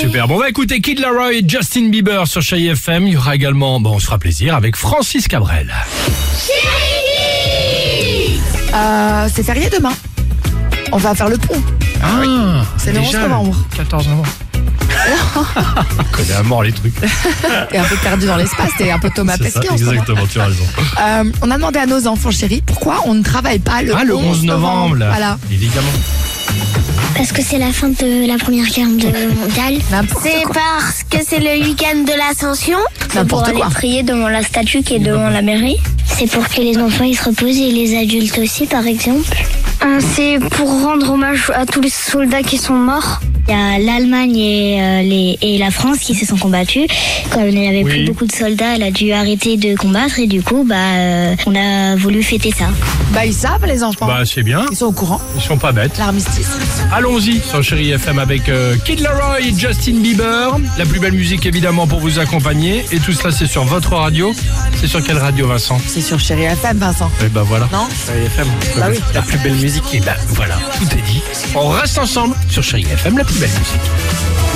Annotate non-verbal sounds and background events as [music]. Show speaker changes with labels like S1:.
S1: Super. Bon, on va écouter Kid Laroi et Justin Bieber sur Chérie FM. Il y aura également, bon, on se fera plaisir avec Francis Cabrel.
S2: Euh, c'est férié demain. On va faire le pont.
S1: Ah,
S2: C'est hein, le
S1: déjà
S2: 11 novembre.
S1: 14 [laughs] novembre. On connaît à mort les trucs.
S2: T'es un peu perdu dans l'espace, t'es un peu Thomas
S1: [laughs] C'est ça,
S2: Pesquet en Ah, ce moment.
S1: exactement, tu as raison.
S2: Euh, on a demandé à nos enfants chéris pourquoi on ne travaille pas le,
S1: Ah, le 11 novembre, là.
S2: Voilà.
S1: Évidemment.
S3: Parce que c'est la fin de la première guerre mondiale.
S2: [laughs] N'importe
S3: C'est
S2: quoi.
S3: parce que c'est le week-end de l'ascension. C'est pour
S2: N'importe
S3: aller
S2: quoi.
S3: prier devant la statue qui est devant la mairie. C'est pour que les enfants ils se reposent et les adultes aussi, par exemple. Hein, c'est pour rendre hommage à tous les soldats qui sont morts. Il y a l'Allemagne et, euh, les- et la France qui se sont combattues. Comme il n'y avait
S1: Oui.
S3: plus beaucoup de soldats, elle a dû arrêter de combattre et du coup, bah, euh, on a voulu fêter ça.
S2: Bah, ils savent, les enfants.
S1: Bah, c'est bien.
S2: Ils sont au courant.
S1: Ils sont pas bêtes.
S2: L'armistice.
S1: Allons-y sur Chérie FM avec euh, Kid Laroi et Justin Bieber. La plus belle musique évidemment pour vous accompagner. Et tout cela c'est sur votre radio. C'est sur quelle radio Vincent
S2: C'est sur Chéri FM, Vincent.
S1: Eh ben voilà.
S2: Non
S1: Chérie FM.
S2: Bah oui.
S1: La Eh plus belle musique. Et ben voilà, tout est dit. On reste ensemble sur Chérie FM, la plus belle musique.